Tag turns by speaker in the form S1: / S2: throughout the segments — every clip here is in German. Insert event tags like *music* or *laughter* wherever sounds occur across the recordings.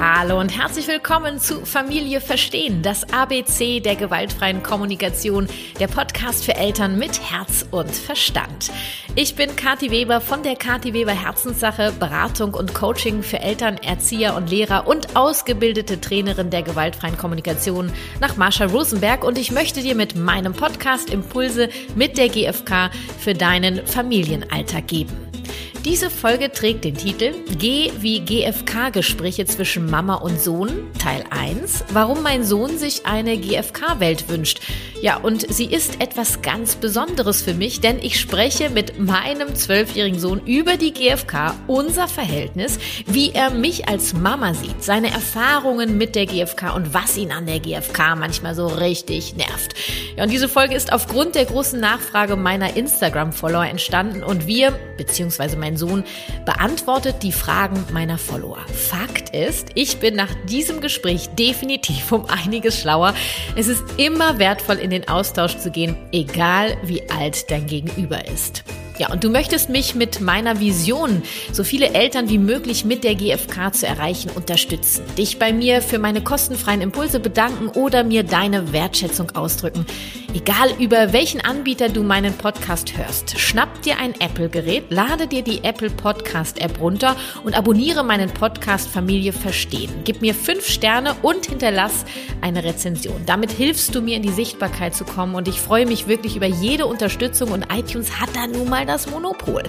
S1: Hallo und herzlich willkommen zu Familie Verstehen, das ABC der gewaltfreien Kommunikation, der Podcast für Eltern mit Herz und Verstand. Ich bin Kathi Weber von der Kathi Weber Herzenssache, Beratung und Coaching für Eltern, Erzieher und Lehrer und ausgebildete Trainerin der gewaltfreien Kommunikation nach Marsha Rosenberg und ich möchte dir mit meinem Podcast Impulse mit der GfK für deinen Familienalltag geben. Diese Folge trägt den Titel G wie GFK-Gespräche zwischen Mama und Sohn, Teil 1, warum mein Sohn sich eine GFK-Welt wünscht. Ja, und sie ist etwas ganz Besonderes für mich, denn ich spreche mit meinem zwölfjährigen Sohn über die GFK, unser Verhältnis, wie er mich als Mama sieht, seine Erfahrungen mit der GFK und was ihn an der GFK manchmal so richtig nervt. Ja, und diese Folge ist aufgrund der großen Nachfrage meiner Instagram-Follower entstanden und wir, beziehungsweise mein mein Sohn, beantwortet die Fragen meiner Follower. Fakt ist, ich bin nach diesem Gespräch definitiv um einiges schlauer. Es ist immer wertvoll, in den Austausch zu gehen, egal wie alt dein Gegenüber ist. Ja, und du möchtest mich mit meiner Vision, so viele Eltern wie möglich mit der GfK zu erreichen, unterstützen. Dich bei mir für meine kostenfreien Impulse bedanken oder mir deine Wertschätzung ausdrücken. Egal über welchen Anbieter du meinen Podcast hörst, schnapp dir ein Apple-Gerät, lade dir die Apple Podcast-App runter und abonniere meinen Podcast Familie Verstehen. Gib mir fünf Sterne und hinterlass eine Rezension. Damit hilfst du mir in die Sichtbarkeit zu kommen und ich freue mich wirklich über jede Unterstützung und iTunes hat da nun mal das Monopol.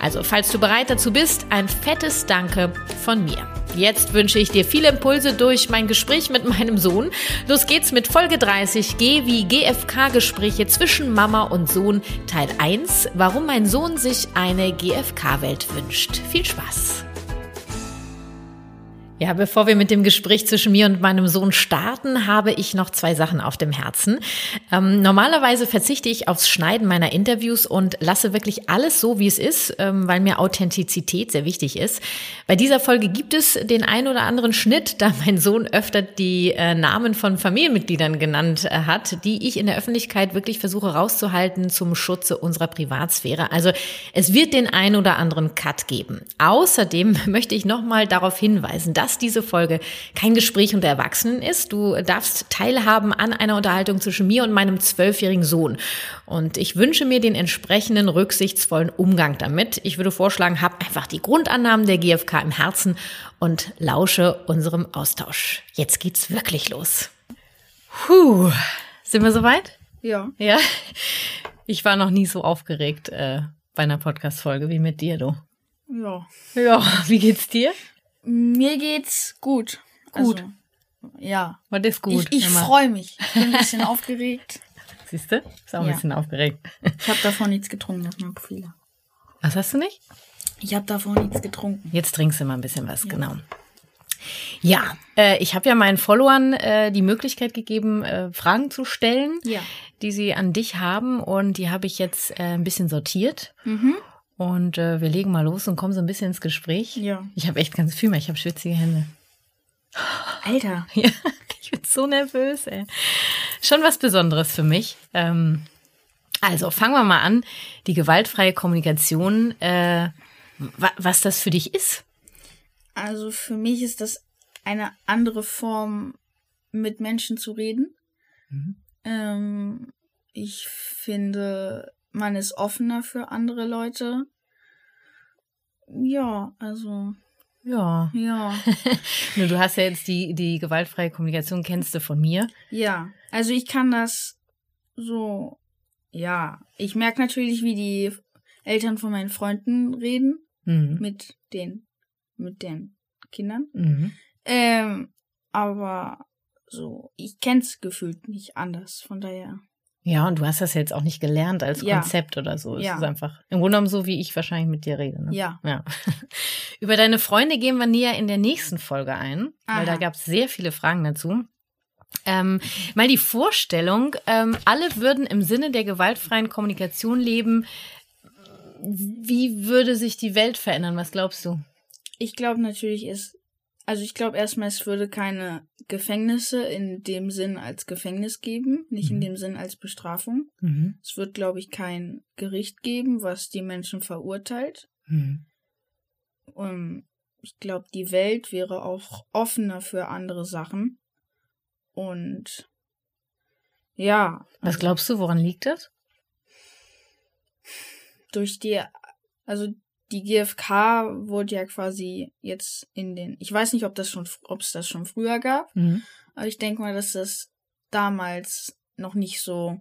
S1: Also, falls du bereit dazu bist, ein fettes Danke von mir. Jetzt wünsche ich dir viele Impulse durch mein Gespräch mit meinem Sohn. Los geht's mit Folge 30 G wie GFK-Gespräche zwischen Mama und Sohn Teil 1, warum mein Sohn sich eine GFK-Welt wünscht. Viel Spaß! Ja, bevor wir mit dem Gespräch zwischen mir und meinem Sohn starten, habe ich noch zwei Sachen auf dem Herzen. Ähm, normalerweise verzichte ich aufs Schneiden meiner Interviews und lasse wirklich alles so, wie es ist, ähm, weil mir Authentizität sehr wichtig ist. Bei dieser Folge gibt es den ein oder anderen Schnitt, da mein Sohn öfter die äh, Namen von Familienmitgliedern genannt äh, hat, die ich in der Öffentlichkeit wirklich versuche rauszuhalten zum Schutze unserer Privatsphäre. Also es wird den ein oder anderen Cut geben. Außerdem *laughs* möchte ich nochmal darauf hinweisen, dass dass diese Folge kein Gespräch unter Erwachsenen ist. Du darfst teilhaben an einer Unterhaltung zwischen mir und meinem zwölfjährigen Sohn. Und ich wünsche mir den entsprechenden rücksichtsvollen Umgang damit. Ich würde vorschlagen, hab einfach die Grundannahmen der GfK im Herzen und lausche unserem Austausch. Jetzt geht's wirklich los. Puh, sind wir soweit?
S2: Ja.
S1: Ja. Ich war noch nie so aufgeregt äh, bei einer Podcast-Folge wie mit dir, du.
S2: Ja.
S1: Ja, wie geht's dir?
S2: Mir geht's gut.
S1: Gut.
S2: Also, ja.
S1: Was ist gut?
S2: Ich, ich freue mich. Ich bin ein *laughs* bisschen aufgeregt.
S1: Siehst du? Ist auch ein
S2: Ja.
S1: bisschen aufgeregt.
S2: Ich habe davon nichts getrunken, das ist mein Fehler.
S1: Was hast du nicht?
S2: Ich habe davon nichts getrunken.
S1: Jetzt trinkst du mal ein bisschen was, genau. Ja, äh, ich habe ja meinen Followern äh, die Möglichkeit gegeben, äh, Fragen zu stellen,
S2: Ja.
S1: die sie an dich haben. Und die habe ich jetzt äh, ein bisschen sortiert.
S2: Mhm.
S1: Und äh, wir legen mal los und kommen so ein bisschen ins Gespräch.
S2: Ja.
S1: Ich habe echt ganz viel mehr. Ich habe schwitzige Hände.
S2: Alter.
S1: *laughs* Ja, ich bin so nervös, ey. Schon was Besonderes für mich. Ähm, also, fangen wir mal an. Die gewaltfreie Kommunikation, äh, wa was das für dich ist.
S2: Also für mich ist das eine andere Form, mit Menschen zu reden.
S1: Mhm.
S2: Ähm, ich finde, man ist offener für andere Leute. Ja, also,
S1: Ja.
S2: ja.
S1: Nur du hast ja jetzt die, die gewaltfreie Kommunikation, kennst du von mir.
S2: Ja, also ich kann das so, ja. Ich merke natürlich, wie die Eltern von meinen Freunden reden
S1: Mhm.
S2: mit den, mit den Kindern.
S1: Mhm.
S2: Ähm, aber so, ich kenn's gefühlt nicht anders. Von daher,
S1: Ja, und du hast das ja jetzt auch nicht gelernt als
S2: Ja.
S1: Konzept oder so. Es
S2: Ja.
S1: ist einfach im Grunde genommen so, wie ich wahrscheinlich mit dir rede. Ne?
S2: ja.
S1: Ja. *laughs* Über deine Freunde gehen wir näher in der nächsten Folge ein, weil da
S2: Aha.
S1: gab es sehr viele Fragen dazu. Ähm, mal die Vorstellung, ähm, alle würden im Sinne der gewaltfreien Kommunikation leben. Wie würde sich die Welt verändern? Was glaubst du?
S2: Ich glaube natürlich ist, also ich glaube erstmal, es würde keine Gefängnisse in dem Sinn als Gefängnis geben, nicht
S1: Mhm.
S2: in dem Sinn als Bestrafung. Es wird, glaube ich, kein Mhm. Gericht geben, was die Menschen verurteilt.
S1: Mhm.
S2: Ähm, ich glaube, die Welt wäre auch offener für andere Sachen. Und ja,
S1: Was glaubst du, woran liegt das?
S2: durch die, also die GfK wurde ja quasi jetzt in den, ich weiß nicht, ob das schon, ob es das schon früher gab,
S1: Mhm.
S2: aber ich denke mal, dass das damals noch nicht so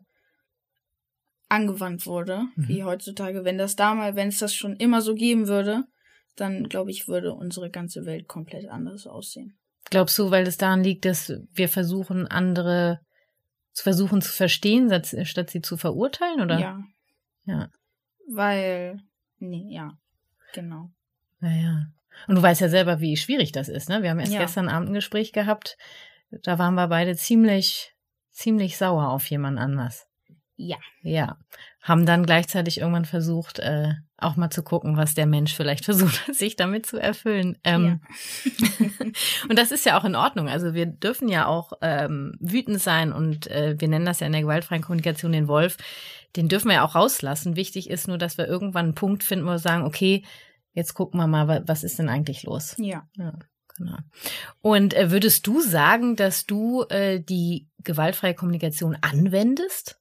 S2: angewandt wurde,
S1: Mhm.
S2: wie heutzutage. Wenn das damals, wenn es das schon immer so geben würde, dann glaube ich, würde unsere ganze Welt komplett anders aussehen.
S1: Glaubst du, weil es daran liegt, dass wir versuchen, andere zu versuchen zu verstehen, statt, statt sie zu verurteilen, oder?
S2: Ja.
S1: Ja.
S2: Weil, nee, ja, genau.
S1: Naja. Und du weißt ja selber, wie schwierig das ist, ne? Wir haben erst
S2: Ja.
S1: gestern Abend ein Gespräch gehabt. Da waren wir beide ziemlich, ziemlich sauer auf jemand anders.
S2: Ja.
S1: Ja. Haben dann gleichzeitig irgendwann versucht, äh, auch mal zu gucken, was der Mensch vielleicht *laughs* versucht hat, sich damit zu erfüllen. Ähm, *laughs* und das ist ja auch in Ordnung. Also wir dürfen ja auch ähm, wütend sein und äh, wir nennen das ja in der gewaltfreien Kommunikation den Wolf. Den dürfen wir ja auch rauslassen. Wichtig ist nur, dass wir irgendwann einen Punkt finden, wo wir sagen, okay, jetzt gucken wir mal, wa- was ist denn eigentlich los?
S2: Ja.
S1: Genau. Und äh, würdest du sagen, dass du äh, die gewaltfreie Kommunikation anwendest?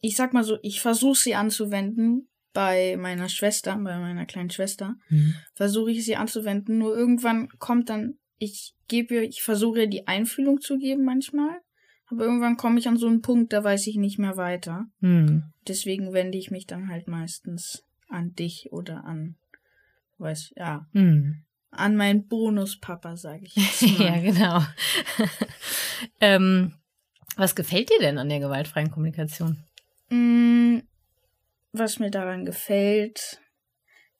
S2: Ich sag mal so, ich versuche sie anzuwenden bei meiner Schwester, bei meiner kleinen Schwester. Versuche ich sie anzuwenden, nur irgendwann kommt dann, ich gebe ihr, ich versuche ihr die Einfühlung zu geben manchmal, aber irgendwann komme ich an so einen Punkt, da weiß ich nicht mehr weiter.
S1: Hm.
S2: Deswegen wende ich mich dann halt meistens an dich oder an, weiß, ja,
S1: Hm.
S2: an meinen Bonuspapa, sage
S1: *laughs*
S2: ich. jetzt mal.
S1: ja, genau. ähm, was gefällt dir denn an der gewaltfreien Kommunikation?
S2: Mm, was mir daran gefällt,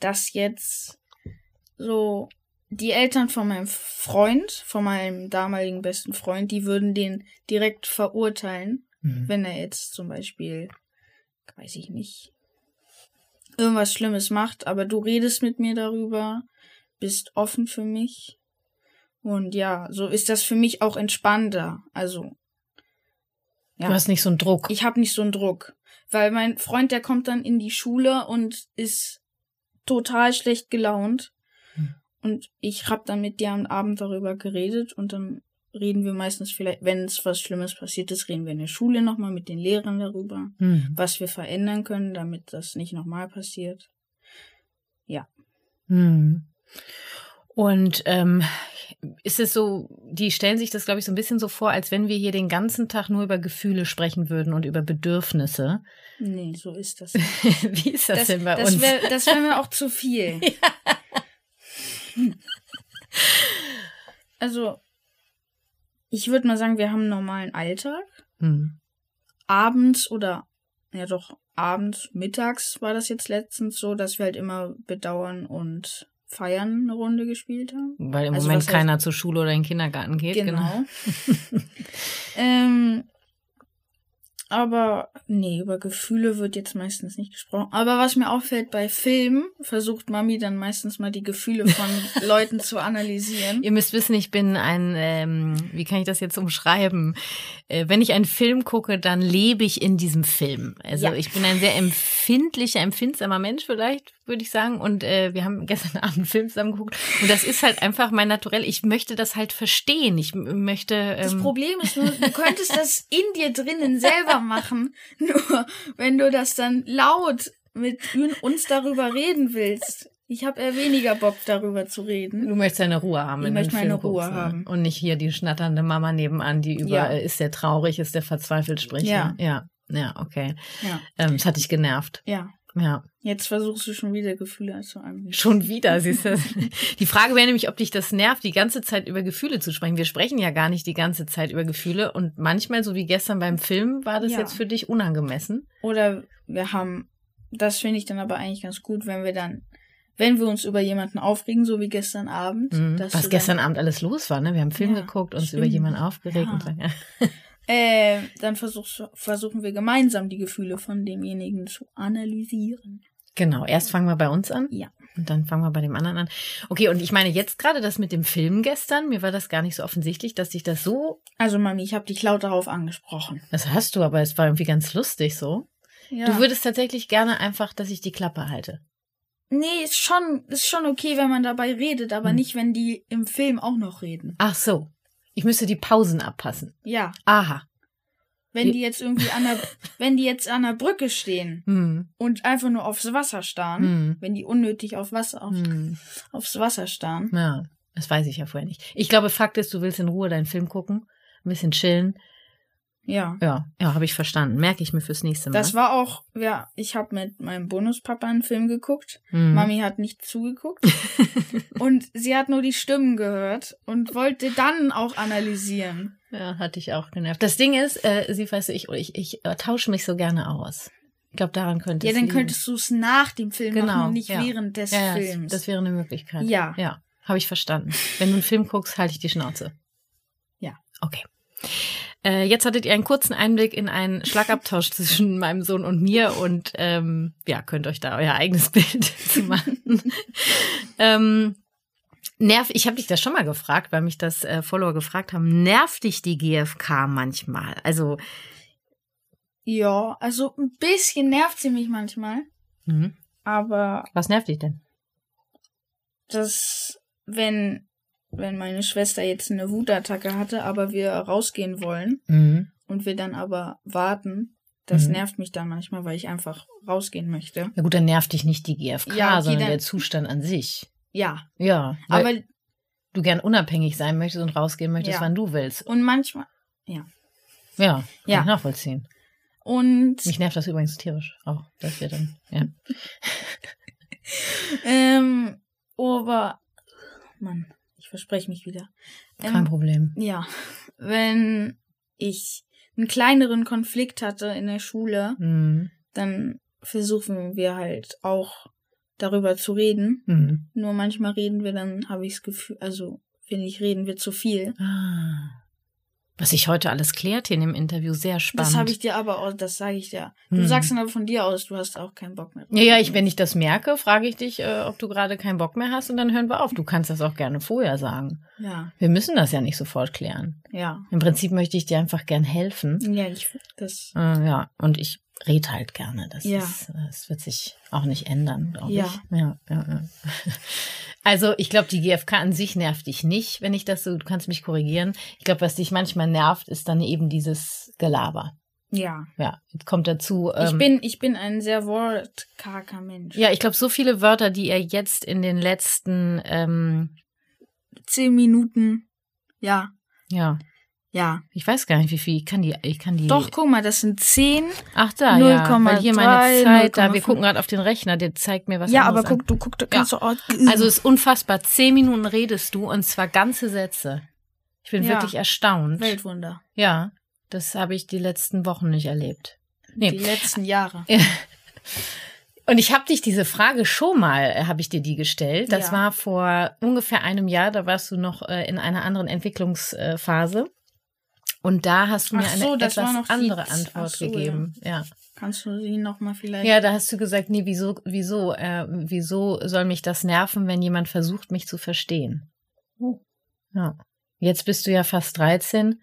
S2: dass jetzt so die Eltern von meinem Freund, von meinem damaligen besten Freund, die würden den direkt verurteilen, wenn er jetzt zum Beispiel, weiß ich nicht, irgendwas Schlimmes macht, aber du redest mit mir darüber, bist offen für mich. Und ja, so ist das für mich auch entspannter. Also,
S1: Du hast nicht so einen Druck.
S2: ich habe nicht so einen Druck. Weil mein Freund, der kommt dann in die Schule und ist total schlecht gelaunt.
S1: Hm.
S2: Und ich hab dann mit dir am Abend darüber geredet und dann reden wir meistens vielleicht, wenn es was Schlimmes passiert ist, reden wir in der Schule nochmal mit den Lehrern darüber,
S1: Hm.
S2: was wir verändern können, damit das nicht nochmal passiert.
S1: Hm. Und ähm, ist es so, die stellen sich das, glaube ich, so ein bisschen so vor, als wenn wir hier den ganzen Tag nur über Gefühle sprechen würden und über Bedürfnisse. *laughs*
S2: Nee, so ist das. nicht.
S1: Wie ist das, denn bei
S2: das
S1: uns?
S2: Wär, das wäre mir auch
S1: *laughs*
S2: zu viel. Also, ich würde mal sagen, wir haben einen normalen Alltag.
S1: Hm.
S2: abends oder ja doch abends, mittags war das jetzt letztens so, dass wir halt immer bedauern und feiern eine Runde gespielt haben.
S1: Weil im
S2: Also
S1: Moment
S2: was heißt-
S1: keiner zur Schule oder in den Kindergarten geht.
S2: genau. ähm, aber nee, über Gefühle wird jetzt meistens nicht gesprochen. Aber was mir auffällt bei Filmen, versucht Mami dann meistens mal die Gefühle von Leuten zu analysieren.
S1: Ihr müsst wissen, ich bin ein, ähm, wie kann ich das jetzt umschreiben? Äh, wenn ich einen Film gucke, dann lebe ich in diesem Film. Also
S2: Ja.
S1: ich bin ein sehr empfindlicher, empfindsamer Mensch vielleicht, würde ich sagen. Und äh, wir haben gestern *laughs* Abend einen Film zusammen geguckt. Und das ist halt einfach mein Naturell. Ich möchte das halt verstehen. Ich m- möchte.
S2: Das
S1: Ähm,
S2: Problem ist nur, du könntest das in dir drinnen selber machen. *laughs* Nur wenn du das dann laut mit un- uns darüber reden willst. Ich habe eher weniger Bock darüber zu reden.
S1: Du möchtest deine Ruhe haben.
S2: Ich
S1: wenn du
S2: möchte
S1: einen Film
S2: meine Ruhe
S1: guckst, ne?
S2: haben.
S1: Und nicht hier die schnatternde Mama nebenan, die über,
S2: Ja.
S1: äh, ist der traurig, ist der verzweifelt spricht.
S2: Ja.
S1: Ne? Ja, ja, okay.
S2: Ja,
S1: Ähm, das hat dich genervt.
S2: ja.
S1: Ja.
S2: Jetzt versuchst du schon wieder Gefühle zu analysieren.
S1: Schon wieder, siehst du. Die Frage wäre nämlich, ob dich das nervt, die ganze Zeit über Gefühle zu sprechen. Wir sprechen ja gar nicht die ganze Zeit über Gefühle und manchmal, so wie gestern beim Film, war das
S2: Ja.
S1: jetzt für dich unangemessen.
S2: Oder wir haben, das finde ich dann aber eigentlich ganz gut, wenn wir dann, wenn wir uns über jemanden aufregen, so wie gestern Abend.
S1: Mhm.
S2: dass
S1: Was
S2: du
S1: gestern Abend alles los war, ne? Wir haben einen Film
S2: Ja,
S1: geguckt, uns
S2: stimmt.
S1: über jemanden aufgeregt
S2: Ja.
S1: und so. Ja.
S2: Dann, äh, dann versuchst, du- versuchen wir gemeinsam die Gefühle von demjenigen zu analysieren.
S1: Genau, erst fangen wir bei uns an.
S2: Ja.
S1: Und dann fangen wir bei dem anderen an. Okay, und ich meine jetzt gerade das mit dem Film gestern, mir war das gar nicht so offensichtlich, dass dich das so,
S2: Also Mami, ich habe dich laut darauf angesprochen.
S1: das hast du, aber es war irgendwie ganz lustig so.
S2: Ja.
S1: Du würdest tatsächlich gerne einfach, dass ich die Klappe halte.
S2: Nee, ist schon, ist schon okay, wenn man dabei redet, aber
S1: Hm.
S2: nicht, wenn die im Film auch noch reden.
S1: Ach so. Ich müsste die Pausen abpassen.
S2: Ja.
S1: Aha.
S2: Wenn
S1: Ja.
S2: die jetzt irgendwie an der, *laughs* wenn die jetzt an der Brücke stehen
S1: Hm.
S2: und einfach nur aufs Wasser starren,
S1: Hm.
S2: wenn die unnötig auf Wasser, auf,
S1: Hm.
S2: aufs Wasser starren.
S1: Ja, das weiß ich ja vorher nicht. Ich glaube, Fakt ist, du willst in Ruhe deinen Film gucken, ein bisschen chillen.
S2: Ja.
S1: Ja, ja, habe ich verstanden. Merke ich mir fürs nächste Mal.
S2: Das war auch, ja, ich habe mit meinem Bonuspapa einen Film geguckt.
S1: Hm.
S2: Mami hat nicht
S1: *laughs*
S2: zugeguckt. und sie hat nur die Stimmen gehört und wollte dann auch analysieren.
S1: Ja, hatte ich auch genervt. Das Ding ist, äh, sie weiß ich, ich, ich äh, tausche mich so gerne aus. Ich glaube, daran könnte
S2: ja,
S1: es
S2: dann
S1: liegen.
S2: könntest du es nach dem Film
S1: Genau,
S2: machen und nicht
S1: ja.
S2: während des
S1: ja, ja,
S2: Films.
S1: Das, das wäre eine Möglichkeit.
S2: Ja.
S1: Ja, habe ich verstanden. Wenn du einen Film guckst, halte ich die Schnauze.
S2: Ja.
S1: Okay. Äh, jetzt hattet ihr einen kurzen Einblick in einen Schlagabtausch *laughs* zwischen meinem Sohn und mir und ähm, ja, könnt euch da euer eigenes *laughs* Bild zu
S2: *laughs*
S1: machen. ähm, nerv, ich habe dich das schon mal gefragt, weil mich das äh, Follower gefragt haben, nervt dich die GfK manchmal? Also,
S2: ja, also ein bisschen nervt sie mich manchmal.
S1: mhm.
S2: Aber
S1: was nervt dich denn?
S2: dass wenn wenn meine Schwester jetzt eine Wutattacke hatte, aber wir rausgehen wollen
S1: Mhm.
S2: und wir dann aber warten, das
S1: Mhm.
S2: nervt mich dann manchmal, weil ich einfach rausgehen möchte.
S1: Na gut, dann nervt dich nicht die GfK,
S2: Ja, okay,
S1: sondern
S2: dann-
S1: der Zustand an sich.
S2: Ja,
S1: Ja, weil-
S2: aber
S1: du gern unabhängig sein möchtest und rausgehen möchtest,
S2: Ja.
S1: wann du willst.
S2: und manchmal
S1: Ja, kann
S2: Ja.
S1: ich nachvollziehen.
S2: und
S1: *laughs* Mich nervt das übrigens tierisch auch, dass wir dann, ja.
S2: ähm aber Mann, ich verspreche mich wieder.
S1: Kein
S2: Ähm,
S1: Problem.
S2: ja, wenn ich einen kleineren Konflikt hatte in der Schule,
S1: Mhm.
S2: dann versuchen wir halt auch darüber zu reden.
S1: Mhm.
S2: Nur manchmal reden wir dann, habe ich das Gefühl, also finde ich, reden wir zu viel.
S1: Ah. Was sich heute alles klärt hier in dem Interview, sehr spannend.
S2: Das habe ich dir aber auch, das sage ich dir. Du
S1: Hm.
S2: sagst dann aber von dir aus, du hast auch keinen Bock mehr.
S1: ja, ja, ich, wenn ich das merke, frage ich dich, äh, ob du gerade keinen Bock mehr hast und dann hören wir auf. Du kannst das auch gerne vorher sagen.
S2: Ja,
S1: Wir müssen das ja nicht sofort klären.
S2: ja.
S1: Im Prinzip möchte ich dir einfach gern helfen.
S2: Ja, ich das.
S1: Äh, ja, und ich rede halt gerne. Das,
S2: Ja.
S1: ist, äh, das wird sich auch nicht ändern, glaube
S2: Ja.
S1: ich. Ja, ja, ja. *laughs* Also ich glaube, die GfK an sich nervt dich nicht, wenn ich das so, du kannst mich korrigieren. Ich glaube, was dich manchmal nervt, ist dann eben dieses Gelaber.
S2: Ja.
S1: Ja, jetzt kommt dazu. Ähm,
S2: ich bin, ich bin ein sehr wortkarger Mensch.
S1: ja, ich glaube, so viele Wörter, die er jetzt in den letzten, ähm,
S2: Zehn Minuten. Ja.
S1: ja,
S2: Ja.
S1: ich weiß gar nicht, wie viel. Ich kann die, ich kann die.
S2: Doch, guck mal, das sind zehn.
S1: Ach da, ja. Weil hier meine
S2: 0,3,
S1: Zeit, da wir
S2: 0,5.
S1: gucken gerade auf den Rechner, der zeigt mir was.
S2: ja, aber
S1: anderes an.
S2: guck, du guck, du kannst auch.
S1: Also es ist unfassbar. Zehn Minuten redest du und zwar ganze Sätze. Ich bin
S2: Ja.
S1: wirklich erstaunt.
S2: Weltwunder.
S1: Ja, das habe ich die letzten Wochen nicht erlebt. Nee.
S2: Die letzten Jahre.
S1: Und ich habe dich diese Frage schon mal, äh, habe ich dir die gestellt. Das
S2: Ja.
S1: war vor ungefähr einem Jahr, da warst du noch äh, in einer anderen Entwicklungsphase. Und da hast du mir
S2: Ach
S1: eine
S2: so, das war
S1: etwas
S2: noch die-
S1: andere
S2: Ach
S1: Antwort
S2: so, ja.
S1: gegeben. Ja.
S2: Kannst du sie nochmal vielleicht.
S1: Ja, da hast du gesagt, nee, wieso, wieso, äh, wieso soll mich das nerven, wenn jemand versucht, mich zu verstehen?
S2: Oh.
S1: Ja. Jetzt bist du ja fast 13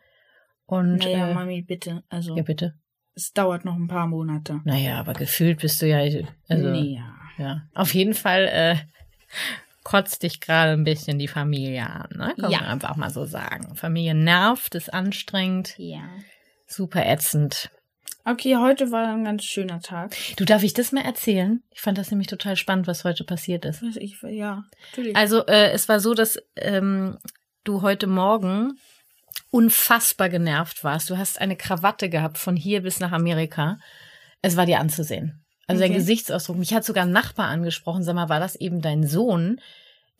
S1: und
S2: naja,
S1: äh,
S2: Mami, bitte. Also,
S1: ja bitte.
S2: es dauert noch ein paar Monate.
S1: Naja, aber gefühlt bist du ja, also
S2: Naja.
S1: ja. Auf jeden Fall äh, *laughs* kotzt dich gerade ein bisschen die Familie an, ne? Kann
S2: Ja.
S1: man einfach mal so sagen. Familie nervt, ist anstrengend,
S2: Ja.
S1: super ätzend.
S2: Okay, heute war ein ganz schöner Tag.
S1: Du, darf ich das mal erzählen? Ich fand das nämlich total spannend, was heute passiert ist.
S2: Weiß Ich, ja, natürlich.
S1: Also äh, es war so, dass ähm, du heute Morgen unfassbar genervt warst. Du hast eine Krawatte gehabt von hier bis nach Amerika. Es war dir anzusehen. Also dein
S2: Okay.
S1: Gesichtsausdruck. Mich hat sogar ein Nachbar angesprochen. Sag mal, war das eben dein Sohn,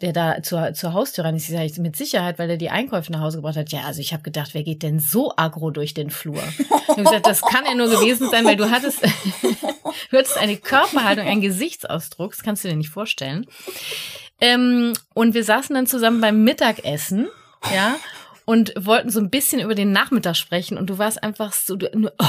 S1: der da zur, zur Haustür rein ist? Ich sage, mit Sicherheit, weil er die Einkäufe nach Hause gebracht hat. Ja, also ich habe gedacht, wer geht denn so aggro durch den Flur? Ich habe gesagt, das kann ja nur gewesen sein, weil du hattest, *laughs* du hattest eine Körperhaltung, einen Gesichtsausdruck. Das kannst du dir nicht vorstellen. Ähm, und wir saßen dann zusammen beim Mittagessen, ja, und wollten so ein bisschen über den Nachmittag sprechen. Und du warst einfach so, du, nur, oh,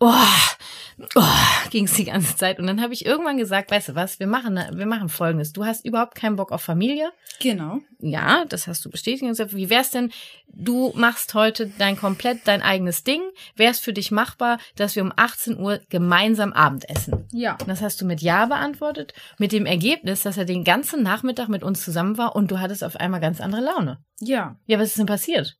S1: oh, oh, ging es die ganze Zeit. Und dann habe ich irgendwann gesagt, weißt du was, wir machen, wir machen Folgendes. Du hast überhaupt keinen Bock auf Familie.
S2: Genau.
S1: Ja, das hast du bestätigt. Und gesagt, wie wär's denn, du machst heute dein komplett dein eigenes Ding. Wär's für dich machbar, dass wir um 18 Uhr gemeinsam Abendessen?
S2: Ja.
S1: Und das hast du mit Ja beantwortet, mit dem Ergebnis, dass er den ganzen Nachmittag mit uns zusammen war und du hattest auf einmal ganz andere Laune.
S2: Ja.
S1: Ja, was ist denn passiert?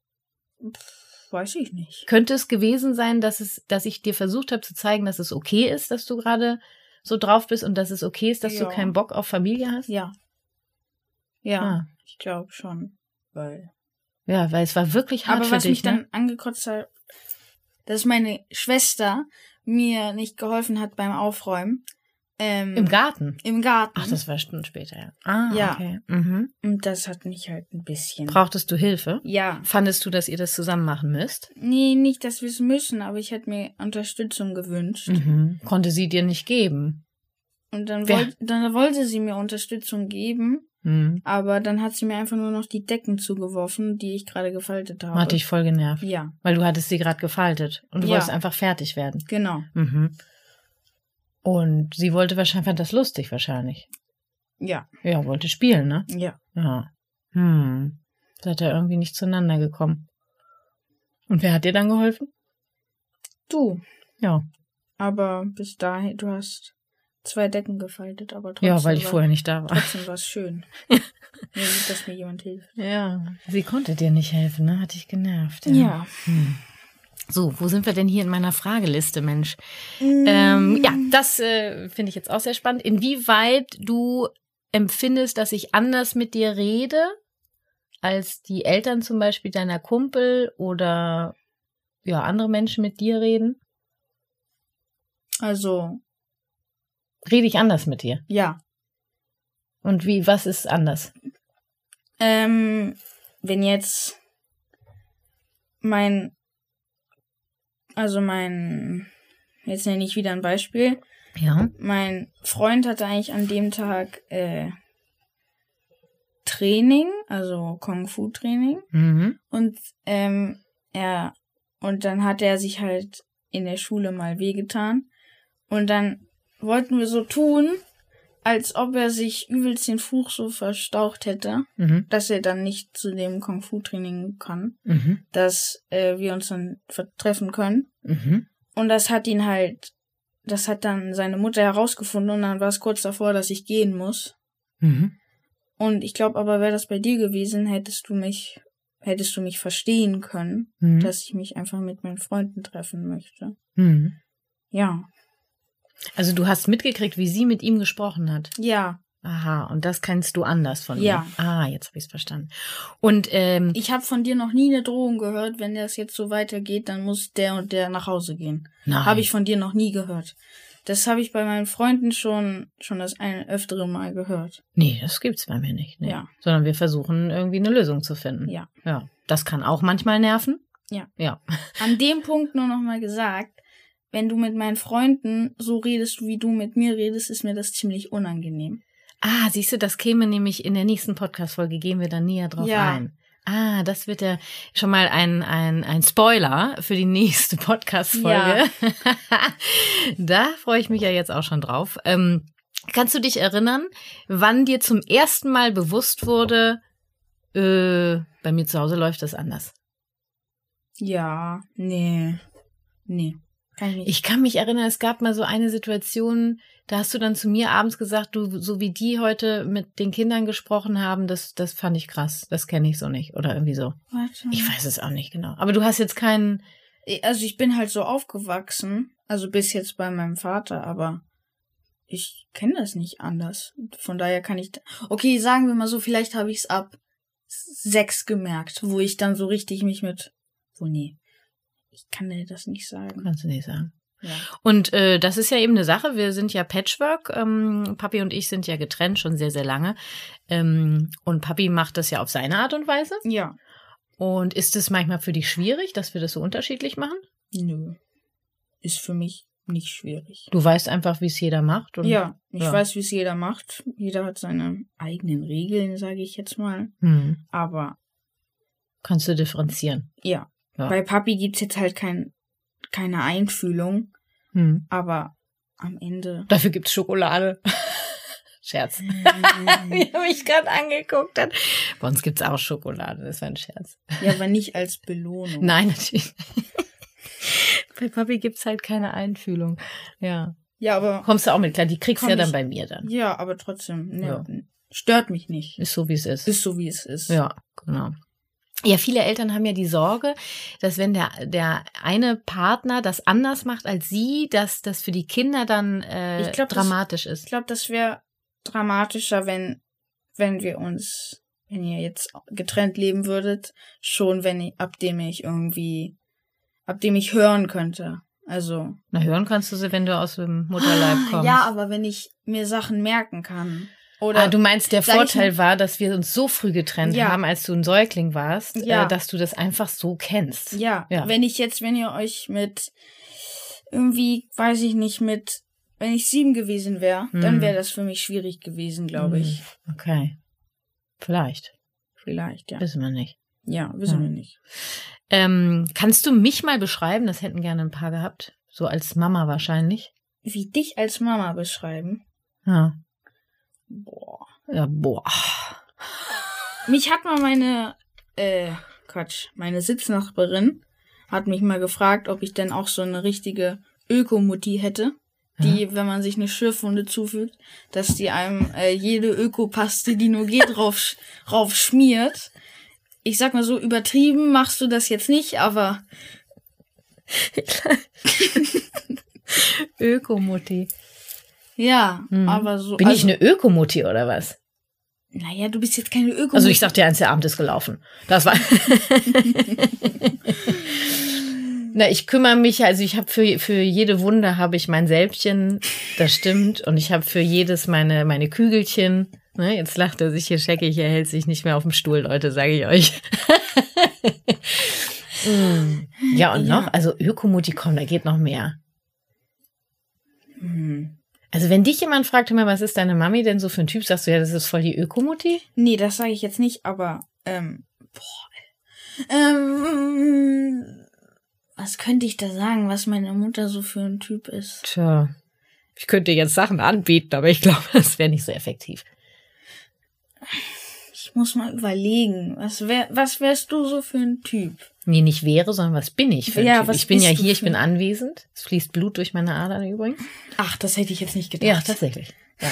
S2: Weiß ich nicht.
S1: Könnte es gewesen sein, dass es, dass ich dir versucht habe zu zeigen, dass es okay ist, dass du gerade so drauf bist und dass es okay ist, dass
S2: Ja.
S1: du keinen Bock auf Familie hast?
S2: Ja. Ja,
S1: Ah,
S2: ich glaube schon. Weil.
S1: ja, weil es war wirklich hart
S2: Aber
S1: für
S2: was
S1: dich.
S2: mich
S1: ne?
S2: dann angekotzt hat, dass meine Schwester mir nicht geholfen hat beim Aufräumen. Ähm,
S1: Im Garten.
S2: Im Garten.
S1: Ach, das war Stunden später, ja. Ah,
S2: Mhm. Ja.
S1: okay. Mhm.
S2: Und das hat mich halt ein bisschen.
S1: Brauchtest du Hilfe?
S2: ja.
S1: Fandest du, dass ihr das zusammen machen müsst?
S2: Nee, nicht, dass wir es müssen, aber ich hätte mir Unterstützung gewünscht.
S1: Mhm. Konnte sie dir nicht geben.
S2: Und dann,
S1: Wer-
S2: wollt, dann wollte sie mir Unterstützung geben,
S1: Mhm.
S2: aber dann hat sie mir einfach nur noch die Decken zugeworfen, die ich gerade gefaltet habe.
S1: Hat dich voll genervt,
S2: Ja,
S1: weil du hattest sie gerade gefaltet und du
S2: Ja.
S1: wolltest einfach fertig werden.
S2: genau.
S1: Mhm. Und sie wollte wahrscheinlich, fand das lustig wahrscheinlich.
S2: Ja,
S1: Ja, wollte spielen, ne?
S2: ja.
S1: Ja. Hm. Seid ihr irgendwie nicht zueinander gekommen. Und wer hat dir dann geholfen?
S2: Du.
S1: Ja.
S2: Aber bis dahin, du hast zwei Decken gefaltet, aber trotzdem.
S1: Ja, weil ich
S2: war,
S1: vorher nicht da war.
S2: Trotzdem war es schön. Mir lieb, dass mir jemand hilft.
S1: *laughs* Ja. Sie konnte dir nicht helfen, ne? Hat dich genervt.
S2: Ja.
S1: Hm. So, wo sind wir denn hier in meiner Frageliste, Mensch?
S2: Mhm.
S1: Ähm, ja, das äh, finde ich jetzt auch sehr spannend. Inwieweit du empfindest, dass ich anders mit dir rede als die Eltern zum Beispiel deiner Kumpel oder ja andere Menschen mit dir reden?
S2: Also,
S1: Rede ich anders mit dir?
S2: ja.
S1: Und wie, was ist anders?
S2: Ähm, wenn jetzt mein, also mein, jetzt nenne ich wieder ein Beispiel.
S1: Ja.
S2: Mein Freund hatte eigentlich an dem Tag äh, Training, also Kung Fu Training,
S1: Mhm.
S2: und ähm, er und dann hat er sich halt in der Schule mal wehgetan und dann wollten wir so tun, als ob er sich übelst den Fuß so verstaucht hätte
S1: Mhm.
S2: dass er dann nicht zu dem Kung Fu Training kann,
S1: Mhm.
S2: dass äh, wir uns dann vertreffen können.
S1: Mhm.
S2: Und das hat ihn halt, das hat dann seine Mutter herausgefunden und dann war es kurz davor, dass ich gehen muss.
S1: Mhm.
S2: Und ich glaube aber, wäre das bei dir gewesen, hättest du mich, hättest du mich verstehen können,
S1: Mhm.
S2: dass ich mich einfach mit meinen Freunden treffen möchte.
S1: Mhm.
S2: Ja.
S1: Also du hast mitgekriegt, wie sie mit ihm gesprochen hat.
S2: Ja.
S1: Aha, und das kennst du anders von
S2: Ja.
S1: mir. Ah, jetzt habe ich es verstanden. Und ähm,
S2: Ich habe von dir noch nie eine Drohung gehört, wenn das jetzt so weitergeht, dann muss der und der nach Hause gehen.
S1: nein.
S2: Habe ich von dir noch nie gehört. Das habe ich bei meinen Freunden schon, schon das ein öftere Mal gehört.
S1: Nee, das gibt's bei mir nicht. Nee.
S2: Ja.
S1: Sondern wir versuchen irgendwie eine Lösung zu finden.
S2: Ja.
S1: Ja. Das kann auch manchmal nerven.
S2: Ja.
S1: Ja.
S2: An dem Punkt nur nochmal gesagt, wenn du mit meinen Freunden so redest, wie du mit mir redest, ist mir das ziemlich unangenehm.
S1: Ah, siehst du, das käme nämlich in der nächsten Podcast-Folge, gehen wir dann näher drauf
S2: Ja.
S1: ein. Ah, das wird ja schon mal ein, ein, ein Spoiler für die nächste Podcast-Folge. *laughs* da freue ich mich ja jetzt auch schon drauf. Ähm, kannst du dich erinnern, wann dir zum ersten Mal bewusst wurde, äh, bei mir zu Hause läuft das anders?
S2: Ja, nee. Nee. Kann ich nicht.
S1: Ich kann mich erinnern, es gab mal so eine Situation, da hast du dann zu mir abends gesagt, du, so wie die heute mit den Kindern gesprochen haben, das, das fand ich krass. Das kenne ich so nicht. Oder irgendwie so.
S2: Warte.
S1: Ich weiß es auch nicht genau. Aber du hast jetzt keinen.
S2: also ich bin halt so aufgewachsen, also bis jetzt bei meinem Vater, aber ich kenne das nicht anders. Von daher kann ich. da- Okay, sagen wir mal so, vielleicht habe ich es ab sechs gemerkt, wo ich dann so richtig mich mit. Wo nee. Ich kann dir das nicht sagen.
S1: Kannst du nicht sagen.
S2: Ja.
S1: Und äh, das ist ja eben eine Sache. Wir sind ja Patchwork. Ähm, Papi und ich sind ja getrennt schon sehr, sehr lange. Ähm, und Papi macht das ja auf seine Art und Weise.
S2: Ja.
S1: Und ist es manchmal für dich schwierig, dass wir das so unterschiedlich machen?
S2: Nö. Ist für mich nicht schwierig.
S1: Du weißt einfach, wie es jeder macht. Und
S2: Ja, ich
S1: ja.
S2: weiß, wie es jeder macht. Jeder hat seine eigenen Regeln, sage ich jetzt mal.
S1: Hm,
S2: Aber
S1: kannst du differenzieren.
S2: Ja.
S1: Ja.
S2: Bei Papi gibt's jetzt halt kein, keine Einfühlung.
S1: Hm.
S2: aber am
S1: *laughs*
S2: Ende. *laughs*
S1: Dafür gibt's Schokolade. *laughs* Scherz. Wie er mich gerade angeguckt hat. Bei uns gibt's auch Schokolade, das war ein Scherz.
S2: ja, aber nicht als Belohnung.
S1: Nein, natürlich. bei Papi gibt's halt keine Einfühlung. Ja.
S2: Ja, aber
S1: Kommst du auch mit klar, die kriegst
S2: Komm
S1: ja dann
S2: ich-
S1: bei mir dann.
S2: ja, aber trotzdem, ne,
S1: Ja.
S2: stört mich nicht.
S1: Ist so, wie es ist.
S2: Ist so wie es ist.
S1: Ja, genau. Ja, viele Eltern haben ja die Sorge, dass wenn der, der eine Partner das anders macht als sie, dass das für die Kinder dann äh,
S2: Ich glaub, das-
S1: dramatisch
S2: Ich
S1: ist.
S2: glaube, das wäre dramatischer, wenn wenn wir uns, wenn ihr jetzt getrennt leben würdet, schon wenn ich, ab dem ich irgendwie, ab dem ich hören könnte. Also
S1: Na, hören kannst du sie, wenn du aus dem Mutterleib kommst.
S2: ja, aber wenn ich mir Sachen merken kann oder
S1: ah, du meinst, der
S2: sag ich
S1: Vorteil war, dass wir uns so früh getrennt
S2: Ja.
S1: haben, als du ein Säugling warst,
S2: Ja.
S1: äh, dass du das einfach so kennst.
S2: Ja,
S1: Ja.
S2: wenn ich jetzt, wenn ihr euch mit irgendwie, weiß ich nicht, mit, wenn ich sieben gewesen wäre,
S1: Hm.
S2: dann wäre das für mich schwierig gewesen,
S1: Mhm.
S2: glaube ich.
S1: Okay. Vielleicht.
S2: Vielleicht, ja.
S1: Wissen wir nicht.
S2: Ja, wissen
S1: Ja.
S2: wir nicht.
S1: Ähm, kannst du mich mal beschreiben? Das hätten gerne ein paar gehabt. So als Mama wahrscheinlich.
S2: Wie dich als Mama beschreiben.
S1: Ja.
S2: Boah.
S1: Ja, boah.
S2: Mich hat mal meine, äh, Quatsch, meine Sitznachbarin hat mich mal gefragt, ob ich denn auch so eine richtige Ökomutti hätte, die, wenn man sich eine Schürfwunde zufügt, dass die einem äh, jede Ökopaste, die nur geht, rauf, rauf schmiert. Ich sag mal so, übertrieben machst du das jetzt nicht, aber
S1: Ökomutti.
S2: ja,
S1: Mhm.
S2: aber so.
S1: Bin ich
S2: also,
S1: eine Ökomutti oder was?
S2: Naja, du bist jetzt keine Ökomutti.
S1: Also ich dachte ja, eins der Abend ist gelaufen. Das
S2: *laughs*
S1: war. Na, ich kümmere mich, also ich habe für, für jede Wunde habe ich mein Sälbchen, das stimmt. Und ich habe für jedes meine, meine Kügelchen. Ne, jetzt lacht er sich hier scheckig, er hält sich nicht mehr auf dem Stuhl, Leute, sage ich
S2: *laughs*
S1: euch. Mm. ja, und
S2: Ja.
S1: noch, also Ökomutti, komm, da geht noch mehr.
S2: Hm.
S1: Also wenn dich jemand fragt, hör mal, was ist deine Mami denn so für ein Typ, sagst du, ja, das ist voll die Ökomutti?
S2: Nee, das sage ich jetzt nicht, aber ähm, boah. Ähm, was könnte ich da sagen, was meine Mutter so für ein Typ ist?
S1: Tja, ich könnte jetzt Sachen anbieten, aber ich glaube, *laughs* das wäre nicht so effektiv.
S2: Ich muss mal überlegen, was wär, was wärst du so für ein Typ?
S1: Nee, nicht wäre, sondern was bin ich für ein
S2: Ja,
S1: Typ?
S2: was
S1: Ich bin
S2: bist
S1: ja
S2: du
S1: hier, ich
S2: für-
S1: bin anwesend. Es fließt Blut durch meine Adern übrigens.
S2: Ach, das hätte ich jetzt nicht gedacht.
S1: Ja, tatsächlich. Ja.